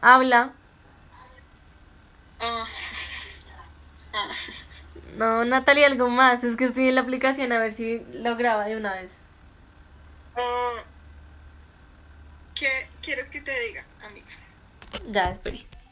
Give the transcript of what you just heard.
Habla. Ah, ah. No, Natalia, algo más. Es que estoy en la aplicación a ver si lo graba de una vez. Mm, ¿Qué Ah. quieres que te diga, amiga? Ya, espere.